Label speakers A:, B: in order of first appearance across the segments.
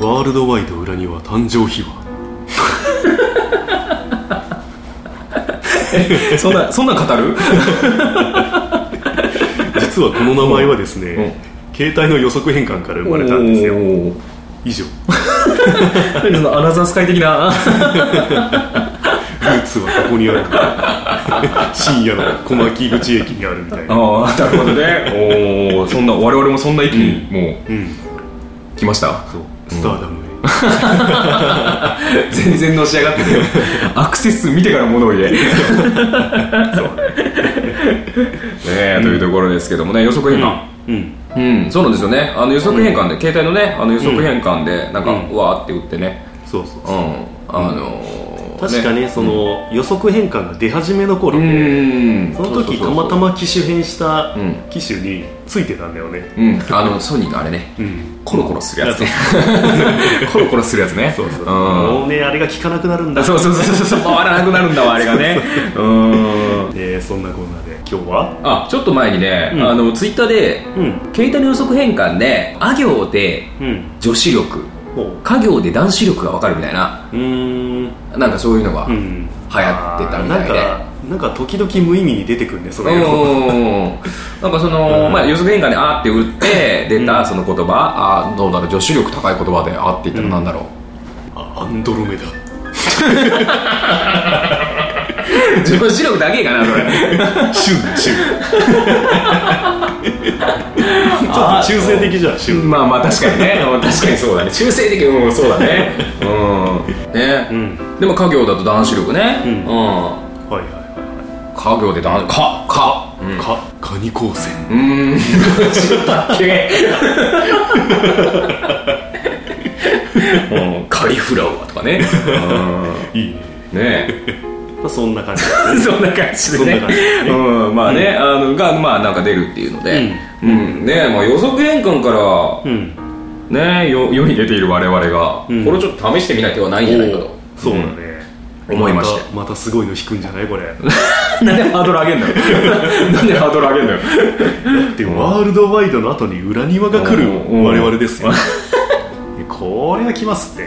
A: ワールドワイド裏には誕生秘話
B: そんなそんなん語 る
A: 実はこの名前はですね、
B: うんうん
A: 携帯の予測変換から生まれたんですよ
B: おー
A: 以上
B: 何そのアナザースカイ的
A: ル
B: な
A: ーツはここにある深夜の 小牧口駅にあるみたいな
B: ああなるほどねおおそんな我々もそんな一気にも
A: うん
B: う来ました、
A: そうスターダムへ、
B: 全然のし上がってて アクセス数見てから物を言 えねえというところですけどもね予測変換
A: うん
B: うん、そうなんですよねあの予測変換で、携帯のねあの予測変換でなんか、
A: うん
B: わーって打ってね
A: そうそう
B: う
A: そ
B: ん
A: う、
B: あのー
A: 確かねその予測変換が出始めの
B: う
A: 頃で、
B: ん
A: その時た
B: そうそうそう
A: またま機種変した
B: うん
A: 機種についてたんだよね
B: うんあのソニーのあれね
A: うん
B: コロコロするやつね コロコロするやつね
A: そうそう
B: うん
A: もうねあれが効かなくなるんだ
B: あそうそうそうそうそう回らなくなるんだわあれがねうん
A: えーそんなこんなで今日は
B: あちょっと前にね、
A: うん
B: あのツイッターで
A: うん
B: 携帯の予測変換であ行で
A: うん
B: 女子力
A: ほう
B: 家行で男子力が分かるみたいな
A: うーん
B: なんかそういうのが、
A: うん
B: 流行ってたみたい
A: あーなん
B: で
A: かなんか時々無意味に出てくるねそれが
B: うんなんかその、
A: うん
B: まあ、予測変換で「あ」って打って出
A: う
B: た
A: ん
B: その言葉あーどうだろう女子力高い言葉で「あ」って言ったらなんだろ
A: あアンドロメダ
B: う、女子力だけかなそれ
A: シュン シュンちょっと中性的じゃんシュン
B: まあまあ確かに ねうん確かにそうだね中性的うんそうだ ねうんね、
A: うん
B: でも家業だと男子力ねう、
A: うんんはいはいは
B: 家業で男かかう
A: い、
B: ん
A: かカニ光線
B: う ーんちょっとだけうんカリフラワーとかね
A: いいね、
B: うんね
A: まあ、そんな感じ
B: そんな感じで
A: そん
B: ね
A: な感じですね
B: うんまあね、あのがまあなんか出るっていうので、うんねまあ、予測変換か
A: うん
B: ら、ね、よ世に出ている我々が、
A: うん
B: これをちょっと試してみない手はないんじゃないかと
A: そうだね、
B: うん思いまして
A: たまたすごいの引くんじゃないこれだ
B: なんでハードル上げんだよ なんでハードル上げんだよ
A: ってワールドワイドの後に裏庭が来る
B: うん
A: 我々ですよこれは来ますっ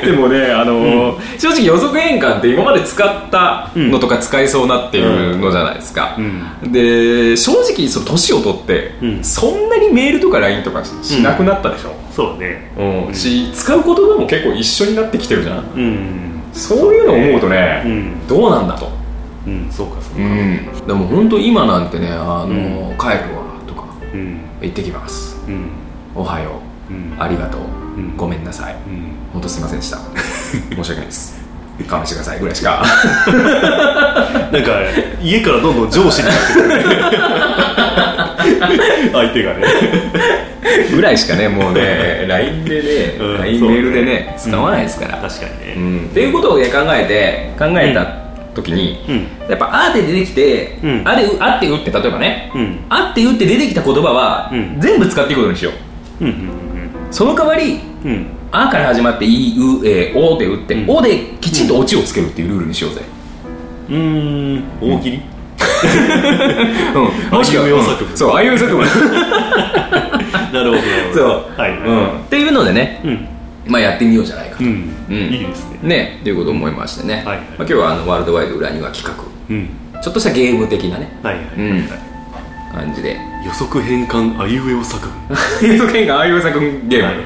A: て
B: でもね、あのー正直予測変換って今まで使ったのとか使えそうなっていうのじゃないですか、
A: う
B: で正直その年を取って、
A: うん
B: そんなにメールとか LINE とかししなくなったでしょ、
A: そうだね
B: うん
A: うん
B: し使う言葉も結構一緒になってきてるじゃん
A: うん
B: そういうのを思うとね
A: うん
B: どうなんだと、
A: うんそうかそうか
B: うん、でも本当今なんてね「あの
A: う
B: 帰るわ」とか
A: うん
B: 「行ってきます
A: うん」
B: 「おはよ
A: う
B: う」
A: ん
B: 「ありがとう」
A: ん
B: ごめんなさい」
A: うん
B: 「本当すいません でした」「申し訳ないです」「勘弁してください」ぐらいしか
A: なんか家からどんどん上司になってくるね相手がね
B: ぐらいしかねもうね LINE でね、
A: うん
B: LINE
A: そう
B: メ
A: ね
B: ールでね使わないですから、
A: 確かに
B: う
A: ね
B: んっていうことをね考えて考えた時に、
A: うん
B: やっぱ「あ」で出てきて「
A: うん
B: あ」で「あ」って打って例えばね
A: うん
B: 「あ」って打って出てきた言葉は、
A: うん
B: 全部使っていくことにしよう
A: うん
B: その代わり
A: うんうん
B: 「あ」から始まって「い」「う」えー「お」で打って「
A: うん
B: お」できちんとオチをつけるっていうルールにしようぜ、
A: うんうーん大喜利
B: うん、
A: あいうえお作文
B: うんそうあいうえお作文
A: なるほどなるほ
B: そ
A: ど
B: う、
A: はい
B: うん、っていうのでね、
A: うん
B: まあ、やってみようじゃないかと、
A: うん、
B: うん
A: いいですね
B: ねということを思いまして
A: は
B: ね、
A: い
B: まあ、今日はあのワールドワイド裏には企画
A: うん
B: ちょっとしたゲーム的なね
A: はいはい、
B: うん感じで
A: 予測変換あいうえお作
B: 映像変換あいうえ作ゲ
A: 文
B: ー
A: はい
B: ム、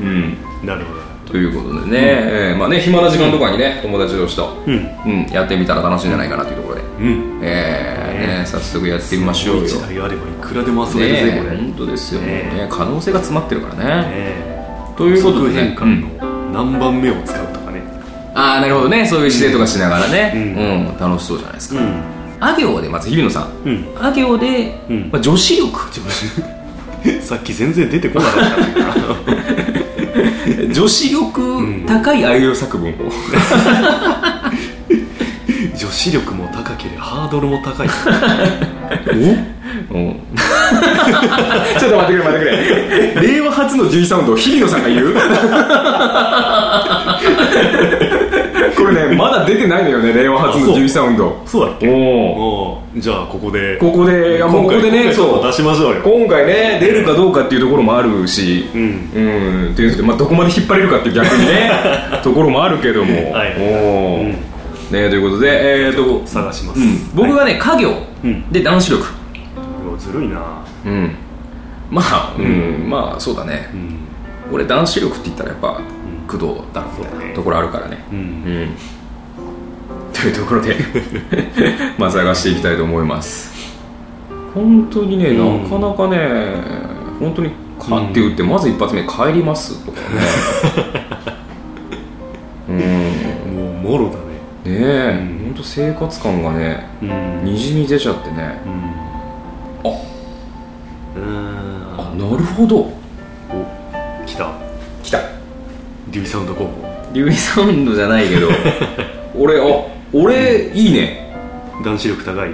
B: うん
A: なるほど
B: ということでね、えーまあね暇な時間とかにね友達同士と、
A: うん
B: うん、やってみたら楽しいんじゃないかなというところで、
A: うん
B: えーね、早速やってみましょうよ
A: 一台あればいくらでも遊べるぜ、
B: ね
A: これ
B: 本当ですよ、
A: ね
B: もうね可能性が詰まってるからね
A: ね
B: ということで、ね、
A: 変換の何番目を使うとかね
B: うんああなるほどねそういう姿勢とかしながらね、う
A: うん
B: 楽しそうじゃないですか、
A: ん
B: あ行でまず日比野さん
A: うん
B: あ行で、
A: うん
B: まあ、女子力
A: さっき全然出てこなかったんだけどな
B: 女子力高いあいうえお作文を、
A: 女子力も高ければハードルも 高い
B: うん、 ちょっと待ってくれ待ってくれ 令和初の G サウンドを日比野さんが言う これねまだ出てないのよね令和初の獣医サウンド
A: そうだっ
B: お
A: け
B: お
A: おうじゃあここで
B: ここでいやもうここでね
A: そう
B: そう
A: 出しましょうよ
B: 今回ね出るかどうかっていうところもあるし
A: う
B: うんんっていうんですけど、まあ、どこまで引っ張れるかっていう逆に ねところもあるけども、
A: はい
B: おお、
A: うん
B: ねということでえー、と
A: 探します、
B: うん、僕がね、家業
A: うん
B: で男子力
A: うわずるいな
B: うんまあ、うん、まあそうだね
A: うん
B: 俺男子力って言ったらやっぱ工藤だろう
A: そ
B: み
A: う
B: た
A: だ
B: いな
A: ね
B: ところあるからね
A: う
B: うんんというところ でまあ探していきたいと思います本当にね、
A: うん
B: なかなかね本当に「か」って打って、まず一発目「帰ります」とか ねうんね
A: もうもろだね
B: え、
A: うん
B: ほんと生活感がね
A: うん
B: にじみ出ちゃってねあ
A: うん
B: あなるほど
A: お来た
B: 来た
A: デュイサウンド工房
B: リュウイサウンドじゃないけど 俺あ俺、いいね
A: 男子力高い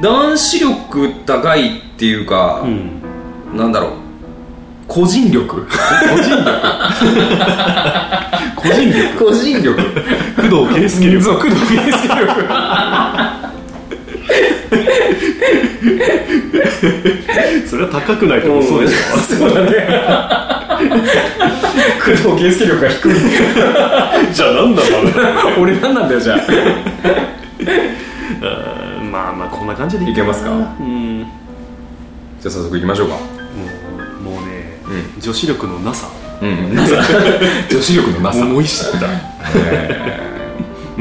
B: 男子力高いっていうか、
A: ん
B: なんだろう個人力
A: 個人力
B: 個人力
A: 工藤圭介力
B: そう工藤圭介力
A: それは高くないと思うそうでしょ
B: そうだね工藤圭介力が低い
A: じゃあなんだろうね
B: 俺なんなんだよじゃあ
A: うんまあまあこんな感じでい
B: いけますか
A: うんも
B: じゃあ早速いきましょうか
A: うもうね、
B: う
A: 女子力のなさ
B: うんなさ女子力のなさ
A: 思い知った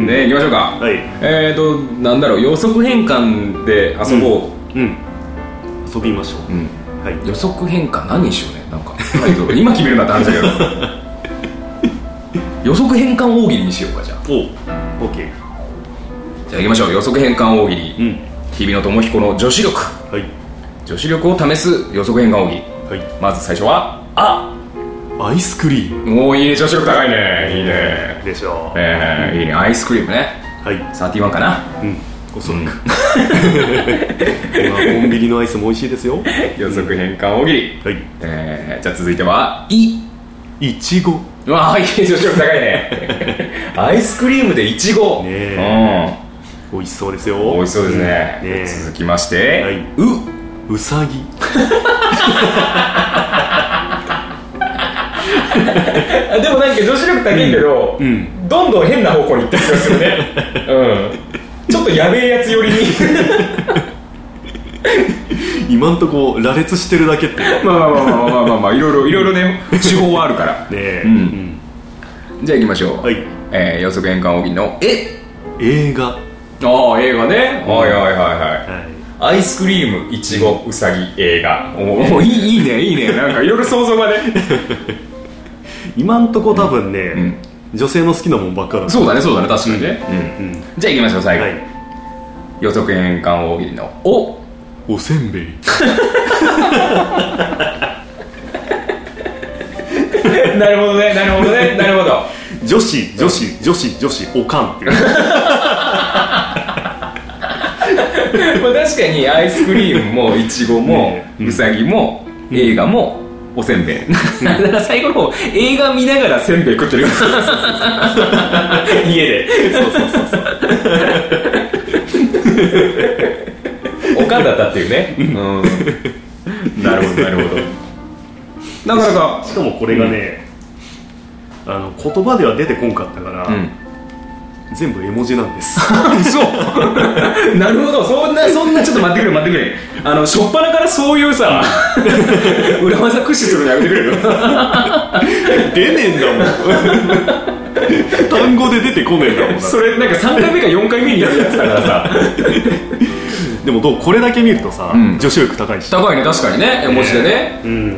B: ねいきましょうか
A: はい
B: えーとなんだろう予測変換で遊ぼう、
A: うん遊びましょう、
B: うん
A: はい
B: 予測変換何にしようねなんかタイトル今決めるなって話だけど 予測変換大喜利にしようかじゃあ
A: おオッケー
B: じゃあ行きましょう予測変換大喜利、
A: うん
B: 日々の智彦の女子力
A: はい
B: 女子力を試す予測変換大喜
A: は
B: 利
A: い
B: まず最初はあ
A: アイスクリーム
B: おおいいね女子力高いねいいね
A: でしょう、
B: えー、いいねアイスクリームね
A: はい
B: 31かな
A: うんおそらく、今コンビニのアイスも美味しいですよは
B: 予測変換大喜利、
A: い
B: えー、じゃあ続いてはい
A: いちご
B: うわあいいね女子力高い ねアイスクリームでいちご
A: ね
B: うん
A: 美味しそうですよ
B: 美味しそうですね,、
A: ねえ
B: 続きまして、
A: はいううさぎ
B: あでもなんか女子力高いけど、
A: うんうん
B: どんどん変な方向に行ってる気がするねうんちょっとやべえやつ寄りに
A: 今んとこ羅列してるだけっていうね
B: まあまあまあまあまあ、まあ、いろいろいろいろね手法はあるから
A: え、
B: うんじゃあ行きましょう、
A: はい
B: えー予測変換大喜利の「え
A: 映画は
B: ああ映画ね、はいはいはいはい
A: い
B: アイスクリームいちごうさぎ映画おおいいいいねいいねなんかいろいろ想像がね
A: 今んとこ多分ね、女性の好きなもんばっかだ
B: そうだねそうだね確かにね、
A: う
B: うん
A: ん
B: じゃあ行きましょう最後、
A: はい
B: 予測変換大喜利の「お」
A: おせんべい
B: なるほどね、なるほどね、 なるほど。
A: 女子女子女子女子おかんっていう
B: まあ、確かにアイスクリームもいちごも
A: うん
B: うさぎも映画もおせんべい。だから最後の方映画見ながらせんべい食ってる。家で。
A: そうそうそうそう
B: おかんだったっていうね。 うん。なるほど、なるほど。なかなか。
A: しかもこれがね、あの言葉では出てこんかったから、
B: うん。
A: 全部絵文字なんです
B: そう。 なるほど。そんな、そんな、ちょっと待ってくれ、待ってくれ。あの、初っ端からそういうさ、 裏技駆使するのやめてくれる
A: 出ねえんだもん単語で出てこねえんだもんな
B: それなんか3回目か4回目にやるやつだからさ
A: でもどうこれだけ見るとさ、
B: うん
A: 女子力高いし
B: 高いね確かにね絵文字でね
A: うんね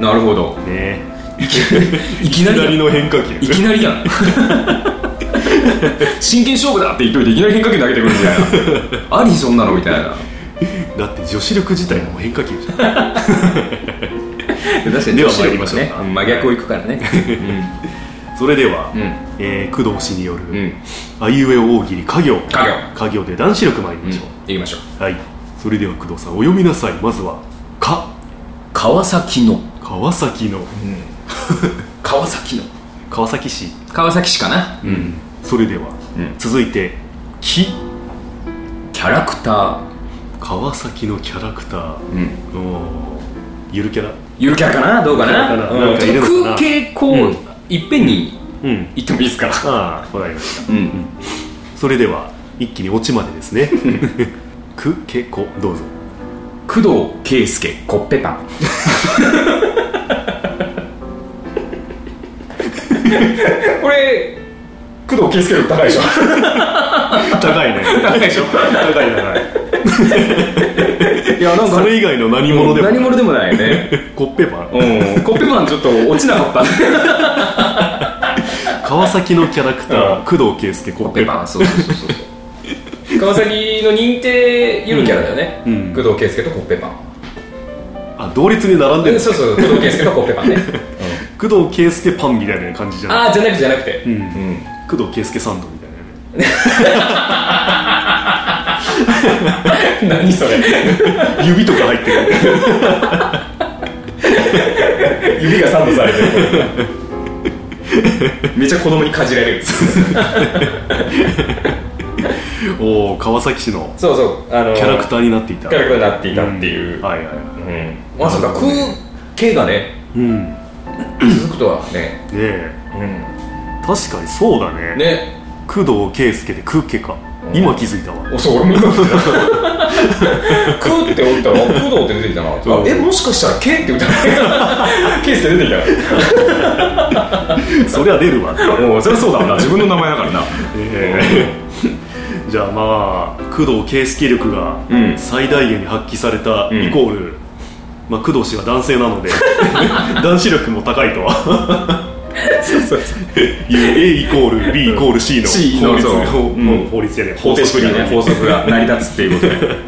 B: なるほど
A: え
B: いきな
A: 左
B: り
A: の変化
B: い
A: 球
B: きなりやん 真剣勝負だって言っといていきなり変化球投げてくるみた いなありそんなのみたいな
A: だって女子力自体も変化球じゃん
B: 確か
A: にでは参りましょうか
B: 真逆をいくからね
A: それでは、
B: うん
A: えー工藤氏による、
B: うん
A: あいうえお大喜利家業
B: 家業
A: 家業で男子力参りましょう、
B: いきましょう
A: はいそれでは工藤さんお読みなさいまずは「か
B: 川崎の」
A: 川崎の
B: 川崎の
A: 川崎市
B: 川崎市かな
A: うんそれでは、
B: うん
A: 続いて「木
B: キャラクター」
A: 川崎のキャラクター、
B: うん
A: おーゆるキャラ
B: ゆるキャラかなどうかな
A: ゆるキャラかな
B: う、
A: なんんか
B: ちょっ
A: いる
B: と
A: のかな
B: 空系こう、
A: うん
B: いっぺんに
A: うん
B: 行ってもいいですか
A: ああわかりました
B: うん
A: それでは一気に落ちまでですね くけこどうぞ
B: 工藤圭介コッペパンこれ工藤圭介より高いでしょ
A: 高いね
B: 高いでしょ
A: 高い高い
B: いやなん
A: それ以外の何者でも
B: 何者でもないよ ね
A: コッペパン
B: うんコッペパンちょっと落ちなかったね
A: 川崎のキャラクター、工藤圭介コッ
B: コッペ
A: ペパン
B: パンそうそうそうそう川崎の認定ゆるキャラだよね、
A: うんうん
B: 工藤圭介とコッペパン
A: あ同列に並んで
B: う
A: る
B: んそうそう工藤圭介とコッペパンね、
A: 工藤圭介パンみたいな感じじゃない
B: ああじゃなくてじゃなくて、
A: ん
B: うん
A: 工藤圭介サンドみたいなね
B: 何それ
A: 指とか入ってる
B: 指がサンドされてる めっちゃ子供にかじら れる
A: おお川崎市の
B: そうそうあの
A: キャラクターになっていた
B: キャラクターになっていたっていう、うん
A: はいはいはい
B: まさか空気がね
A: うんね
B: 続くとはね、
A: え
B: う
A: 確かにそうだね
B: ん、ね
A: 工藤圭介で空家か、
B: うん
A: 今気づいたわ
B: おそう 俺も今思った空って打ったらあ空洞って出てきたな
A: そう
B: あえもしかしたら K って打った ら K って出てき
A: そりゃ出る わって
B: たもうそりゃそうだわな自分の名前だからな
A: ええじゃあまあ工藤圭介力が
B: うん
A: 最大限に発揮された、
B: うん
A: イコール、まあ、工藤氏は男性なの で男子力も高いとは
B: そうそうそう
A: いう A イコール B イコール C の
B: C の
A: 法律
B: そう
A: 法
B: うん
A: 法律じゃねえ
B: 法
A: 法則
B: 則
A: に
B: がね法則が成り立つっていうことで、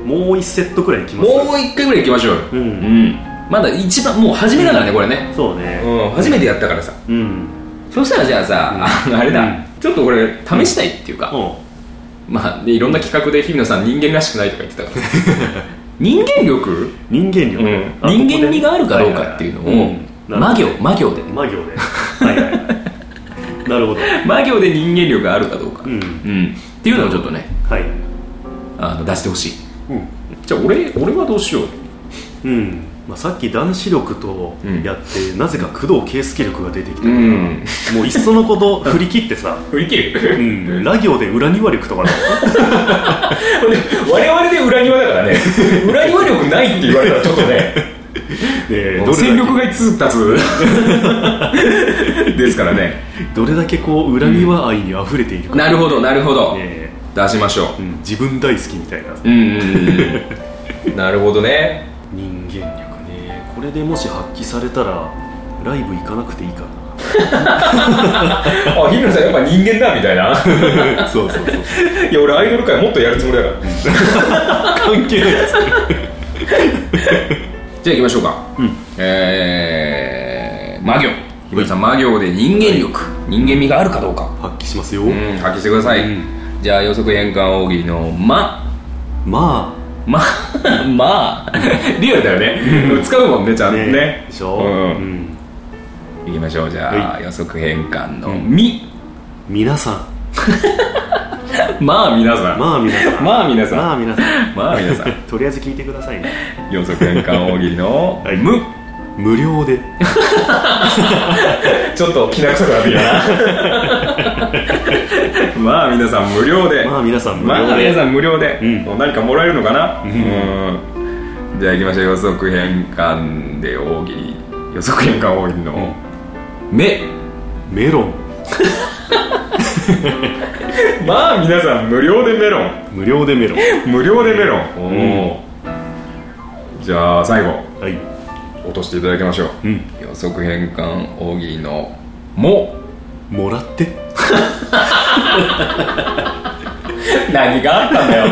A: もう1セットくらいいきます
B: もう一回ぐらい行きましょうよ
A: う
B: うんんまだ一番もう初めだからねこれね
A: そうね
B: うん初めてやったからさ
A: うん、
B: そしたらじゃあさ、あのあれだ、
A: うん
B: ちょっとこれ試したいっていうか、
A: うん
B: まあ、でいろんな企画で日比野さん人間らしくないとか言ってたからさ人間力、
A: 人間力、あ
B: 人間味があるかどうかっていうの
A: はいはい
B: を
A: はい
B: 魔行魔行で
A: 魔行ではいはいは いなるほど
B: 魔行で人間力があるかどうか、
A: う
B: うん
A: ん
B: っていうのをちょっとね
A: はい
B: あの出してほしい
A: うん
B: じゃあ俺俺はどうしよう
A: うんまあ、さっき男子力とやって、なぜか工藤圭介力が出てきたから、
B: ん
A: もういっそのこと振り切ってさ、
B: 振り切
A: う
B: る
A: ん、ラ行で裏庭力とか な
B: 我々で裏庭だ からね裏庭力ないって言われたらちょっとね
A: でど
B: 戦
A: れだ
B: 力外通達 ですからね
A: けどれだけこう裏庭愛にあふれているか、
B: なるほどなるほど、
A: ね
B: 出しましょ
A: うん、自分大好きみたいな
B: ううんうん なるほどね
A: 人間力ねこれでもし発揮されたらライブ行かなくていいか
B: あ日村さんやっぱ人間だみたいな
A: なそうそうそう
B: いや俺アイドル界もっとやるつもりだから
A: 関係ないです
B: じゃあ行きましょうか
A: うん
B: えー魔行日村さん魔行で人間力、人間味があるかどうか
A: 発揮しますよ、
B: うん発揮してください、
A: うん
B: じゃあ予測変換大喜利の「ま」
A: ま
B: まあ まあリアルだよね使うもんねちゃ
A: あ
B: んとね
A: でしょ、
B: うん
A: うん、
B: いきましょうじゃあ、
A: は
B: 予測変換の「み
A: 皆さん」
B: まあ皆さんま
A: まあ 皆さんま
B: あ皆さん
A: あ皆さん
B: まあ皆さん
A: とりあえず聞いてくださいね
B: 予測変換大喜利の
A: はい
B: 「む
A: 無料で」
B: ちょっときな臭くなってきたな まあ皆さん無料で
A: まあ皆さん無
B: ま
A: 料
B: あ皆
A: で、
B: さん無料で、
A: うん
B: 何かもらえるのかなうんじゃあ行きましょう予測変換で大喜利予測変換大喜利の「目」
A: メロン
B: まあ皆さん無料でメロン
A: 無料でメロン
B: 無料でメロン、じゃあ最後
A: はい
B: 落としていただきましょう、
A: うん
B: 予測変換大喜利の「も
A: もらって」
B: 何があったんだよ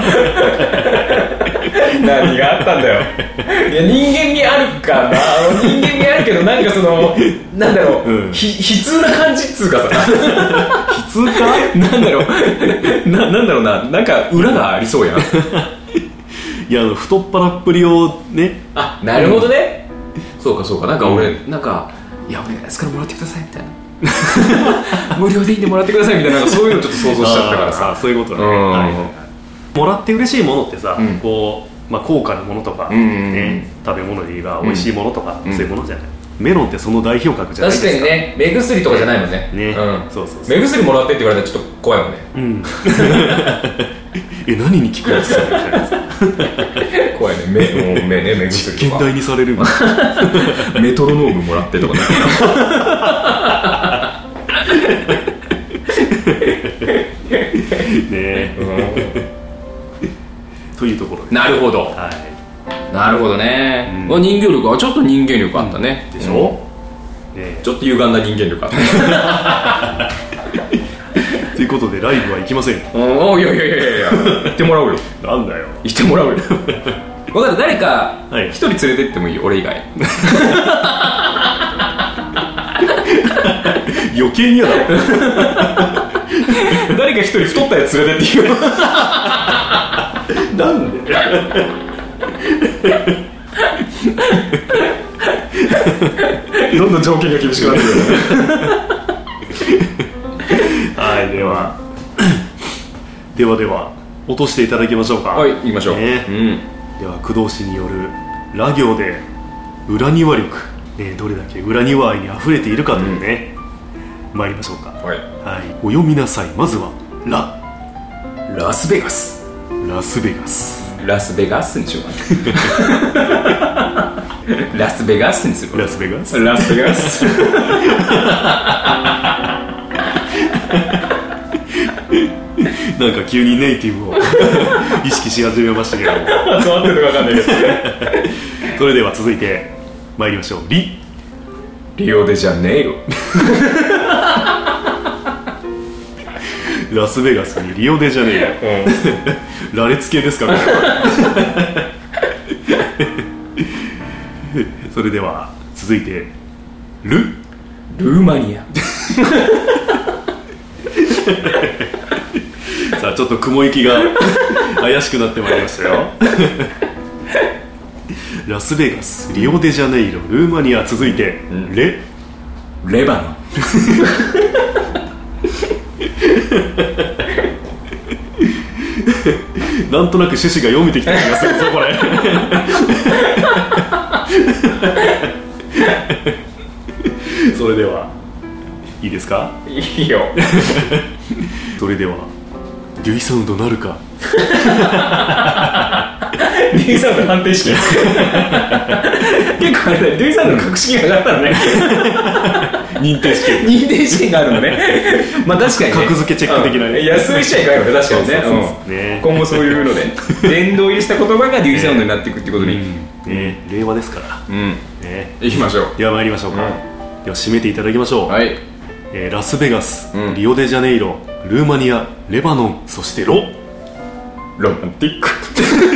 B: 何があったんだよいや人間味あるかなあの人間味あるけどなんかそのなんだろう、
A: うん
B: ひ悲痛な感じっつうかさ
A: 普通か
B: なんだろうななんだろうななんか裏がありそうやん
A: いやあの太っ腹っぷりをね
B: あなるほどね、そうかそうかなんか俺、なんか「いやお願いですからもらってください」みたいな 無料でいいんでもらってくださいみたいななんかそういうのちょっと想像しちゃったから
A: あー
B: さ
A: そういうことだね、
B: うん
A: はいはいはいもらって嬉しいものってさ、
B: うん
A: こう、まあ、高価なものとか、
B: うんうんうん
A: ね、食べ物で言えば美味しいものとか、
B: うん
A: そういうものじゃない、メロンってその代表格じゃない
B: 確
A: です
B: かに
A: か
B: ね目薬とかじゃないもんね
A: ね
B: うん、
A: そうそうそう
B: 目薬もらってって言われたらちょっと怖い もんね
A: うん、え何に効くやつだみたいなさ
B: 怖いね 目もう 目ね目
A: 実
B: 薬
A: 験
B: と
A: 台にされるみ たいな
B: かメトロノームもらってとかね
A: ねというところで
C: なるほど
A: はい
C: なるほどね、
A: うん
C: まあ人間力はちょっと人間力あったね、
A: でしょ、ね
B: ちょっと歪んだ人間力あっ た
A: ということでライブは行きませんよ
C: うんおいやいやいやいやいや
B: 言ってもらおうよ
A: なんだよ
C: 言って もらうよ分かった誰か
A: はい
C: 一人連れてってもいいよ俺以 外
A: 余計に嫌だ わ
B: 誰か一人太ったやつ連れて って言うよ
A: なん で
B: どんどん条件が厳しくなってくるね
A: はいでは ではでは落としていただきましょうか
C: はい行きましょう、
A: ね
C: うん
A: では工藤氏によるラ行で裏庭力、ね、どれだけ裏庭愛にあふれているかというね、参りましょうか、
C: はい
A: はい、お読みなさいまずは「ラ
C: ラスベガス」
A: ラスベガス
C: ラスベガスにしよ うかなラスベガスにする
A: ラスベガス
B: ラスベ ガス
A: なんか急にネイティブを 意識し始めましたけども
B: 集まってるか分かんないけど
A: それでは続いて参りましょう「リ
C: リオデジャネイロ」
A: ラスベガスにリオデジャネイロ、 羅列系ですかこれはそれでは続いて「ル」
C: ルーマニア
A: さあちょっと雲行きが怪しくなってまいりましたよラスベガスリオデジャネイロルーマニア続いて、レ
C: レバノン
A: なんとなく趣旨が読めてきた気がするぞこれそれではいいですか
B: いいよ
A: それではデュイサウンドなるか
B: D さんの判 定式結構あれだよ D さんの格式が上がったのね
A: 認定試験
B: 認定試験があるの ねまあ確かに、ね、
A: 格付けチェック的なね
B: うん安い試合があるのね確かに
A: そうそうそうそ
B: ね
A: う
B: うん
A: ね
B: 今後そういうので殿堂入りした言葉がデュイサウンドになっていくってことに
A: ね令和ですか
C: う
A: ら、
C: ん
A: ね、
C: 行きましょう
A: では参りましょうか、では締めていただきましょう、
C: はい
A: えーラスベガス、
C: うん
A: リオデジャネイロルーマニアレバノンそしてロ
B: ロマンティック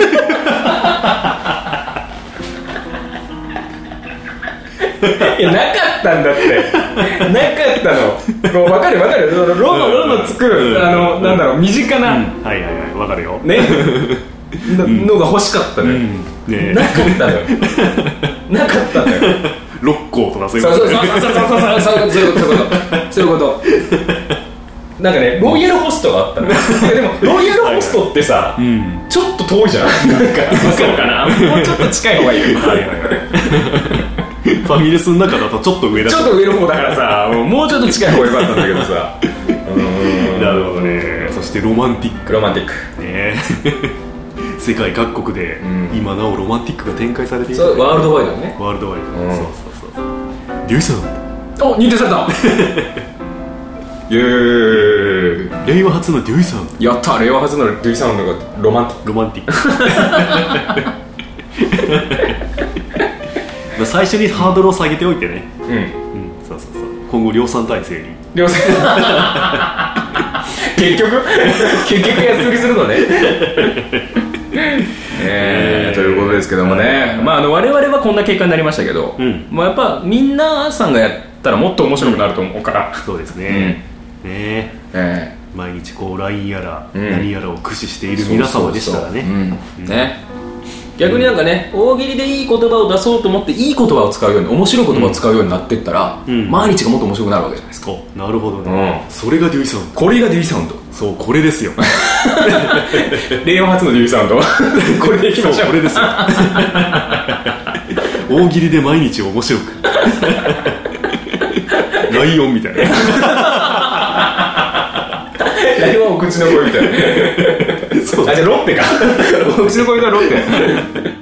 B: いやなかったんだってなかったのこう分かる分かるそのロのロのつ
A: うん
B: くあのなんだろう身近な、
A: はいはいはいわかるよ、
B: ねなのが欲しかったの
A: う
B: よ、
A: ん、ね
B: なかったのよなかったのよ
A: 六甲とかそういう
C: そう
A: こ
C: そう
A: とね
C: そうそうそうそうそうそういうことそういうことそういうこ
B: なんかねロイヤルホストがあったのよいやでもロイヤルホストってさ、
A: うん
B: ちょっと遠いじゃんなんかそうかなもうちょっと近い方がいいよ
A: はいはいはいファミレスの中だとちょっと上だ
B: ちょっと上の方だからさもうもうちょっと近い方が良かったんだけどさ
A: なるほどねそしてロマンティッ
B: クロマンティック
A: クね 世界各国で、今なおロマンティックが展開されてい
C: と
A: る
C: そうワールドワイドね
A: ワールドワイド、そうそうそうデュイさん
C: お認定された
B: イエーイ
A: 令和初のデュイさん
C: やったあれ
B: 令和
C: は
B: 初のルイサウンドがロマンティッ
A: ロマンティックまあ最初にハードルを下げておいてね、
B: クう
A: う
B: ん
A: ん、そうそうそう今後量産体制に
B: 両 サ結局結局安売りするの ね
C: えー、ということですけどもね、まあ、あの我々はこんな結果になりましたけど、
A: うん
C: まあ、やっぱみんなさんがやったらもっと面白くなると思うから、
A: そうですね、ねえ
C: え
A: 毎日こう LINE やら
C: ん
A: 何やらを駆使してい
C: ー
A: る皆様でしたらね
C: そうそうそううんね
B: 逆になんかね大喜利でいい言葉を出そうと思っていい言葉を使うように面白い言葉を使うようになってったら、
A: うん
B: 毎日がもっと面白くなるわけじゃないですか、
A: あなるほどね、それがデュイサウンド
B: これがデュイサウンド
A: そうこれですよ
B: 令和初のデュイサウンドこれでいきまし
A: そ
B: ょ
A: う
B: う
A: これです よ大喜利で毎日面 白くライオンみたいな
B: ライオンはお口の声みたいな
A: そう
B: あじゃあロッテかお口の声がロッテ